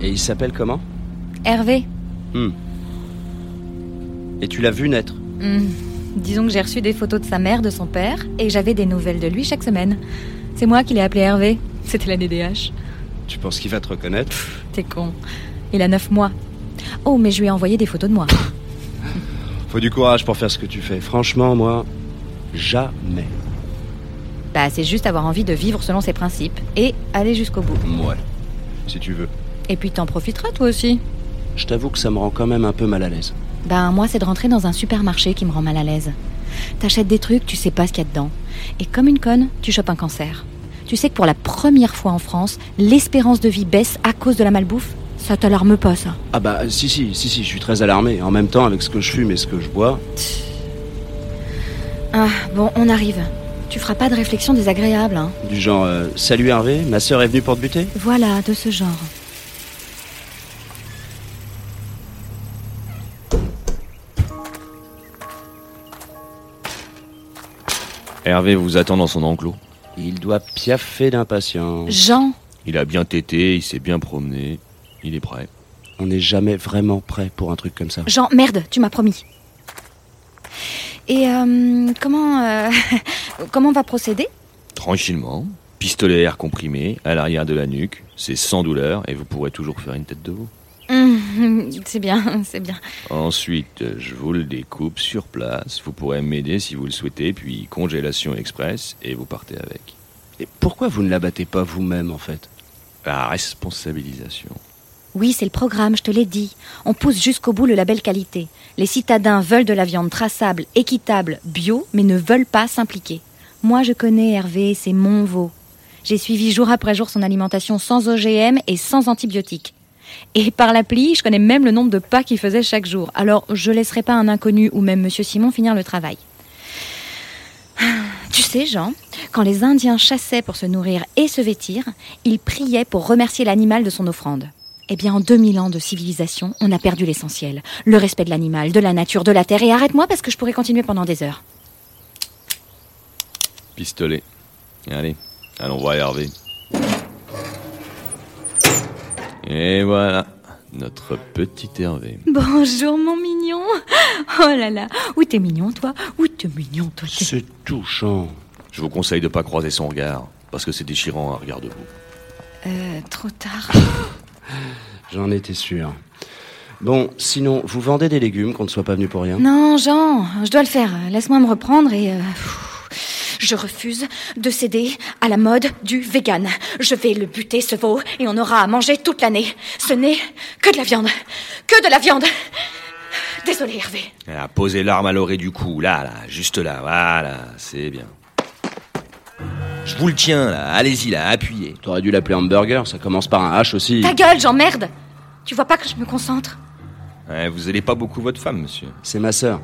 Et il s'appelle comment Hervé, Et tu l'as vu naître disons que j'ai reçu des photos de sa mère, de son père, et j'avais des nouvelles de lui chaque semaine. C'est moi qui l'ai appelé Hervé. C'était l'année des H. Tu penses qu'il va te reconnaître T'es con. Il a 9 mois. Oh, mais je lui ai envoyé des photos de moi. Faut du courage pour faire ce que tu fais. Franchement, moi, jamais. Bah, c'est juste avoir envie de vivre selon ses principes et aller jusqu'au bout. Ouais. Si tu veux. Et puis t'en profiteras toi aussi. Je t'avoue que ça me rend quand même un peu mal à l'aise. Ben, moi, c'est de rentrer dans un supermarché qui me rend mal à l'aise. T'achètes des trucs, tu sais pas ce qu'il y a dedans. Et comme une conne, tu chopes un cancer. Tu sais que pour la première fois en France, l'espérance de vie baisse à cause de la malbouffe Ça t'alarme pas, ça Ah bah, si, si, si, si, je suis très alarmé. En même temps, avec ce que je fume et ce que je bois, Ah, bon, on arrive. Tu feras pas de réflexion désagréable, hein. du genre euh, Salut Hervé, ma sœur est venue pour te buter Voilà, de ce genre. Hervé vous attend dans son enclos. Il doit piaffer d'impatience. Jean Il a bien tété, il s'est bien promené. Il est prêt. On n'est jamais vraiment prêt pour un truc comme ça. Jean, merde, tu m'as promis. Et euh, comment, euh, comment on va procéder Tranquillement. Pistolet à air comprimé, à l'arrière de la nuque. C'est sans douleur et vous pourrez toujours faire une tête de veau. Hum, C'est bien, c'est bien. Ensuite, je vous le découpe sur place. Vous pourrez m'aider si vous le souhaitez, puis congélation express et vous partez avec. Et pourquoi vous ne l'abattez pas vous-même, en fait La responsabilisation. Oui, c'est le programme, je te l'ai dit. On pousse jusqu'au bout le label qualité. Les citadins veulent de la viande traçable, équitable, bio, mais ne veulent pas s'impliquer. Moi, je connais Hervé, c'est mon veau. J'ai suivi jour après jour son alimentation sans OGM et sans antibiotiques. Et par l'appli, je connais même le nombre de pas qu'il faisait chaque jour. Alors, je laisserai pas un inconnu ou même Monsieur Simon finir le travail. Tu sais, Jean, quand les Indiens chassaient pour se nourrir et se vêtir, ils priaient pour remercier l'animal de son offrande. Eh bien, en 2000 ans de civilisation, on a perdu l'essentiel. Le respect de l'animal, de la nature, de la terre. Et arrête-moi parce que je pourrais continuer pendant des heures. Pistolet. Allez, allons voir Hervé. Et voilà, notre petit Hervé. Bonjour, mon mignon. Oh là là. Où t'es mignon, toi Où t'es mignon, toi t'es- C'est touchant. Je vous conseille de pas croiser son regard, parce que c'est déchirant à regard debout. Euh, trop tard. J'en étais sûr. Bon, sinon, vous vendez des légumes qu'on ne soit pas venu pour rien Non, Jean, je dois le faire. Laisse-moi me reprendre et... euh, pff, Je refuse de céder à la mode du vegan. Je vais le buter, ce veau, et on aura à manger toute l'année. Ce n'est que de la viande. Que de la viande. Désolé, Hervé. Voilà, posez l'arme à l'oreille du cou, là, là, juste là, voilà, c'est bien. Je vous le tiens, là, allez-y, là, appuyez. T'aurais dû l'appeler hamburger, ça commence par un H aussi. Ta gueule, j'emmerde Tu vois pas que je me concentre Ouais, vous allez pas beaucoup votre femme, monsieur. C'est ma sœur.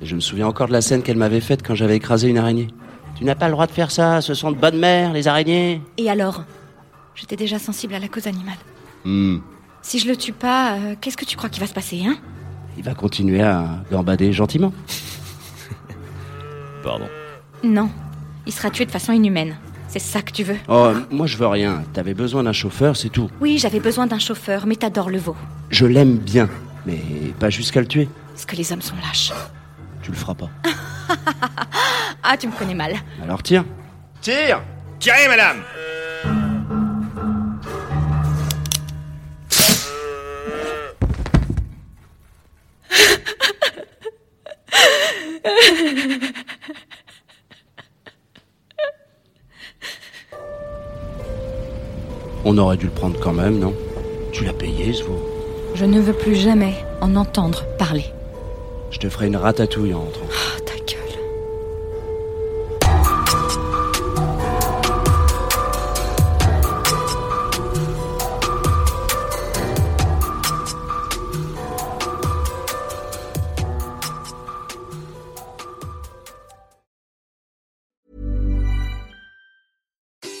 Et je me souviens encore de la scène qu'elle m'avait faite quand j'avais écrasé une araignée. Tu n'as pas le droit de faire ça, ce sont de bonnes mères, les araignées. Et alors J'étais déjà sensible à la cause animale. Si je le tue pas, euh, qu'est-ce que tu crois qu'il va se passer, hein Il va continuer à gambader gentiment. Pardon. Non. Il sera tué de façon inhumaine. C'est ça que tu veux Oh, moi je veux rien. T'avais besoin d'un chauffeur, c'est tout. Oui, j'avais besoin d'un chauffeur, mais t'adores le veau. Je l'aime bien, mais pas jusqu'à le tuer. Parce que les hommes sont lâches. Tu le feras pas. Ah, tu me connais mal. Alors tire. Tire Tirez, madame On aurait dû le prendre quand même, non Tu l'as payé, ce veau. Je ne veux plus jamais en entendre parler. Je te ferai une ratatouille en rentrant. Oh, ta gueule.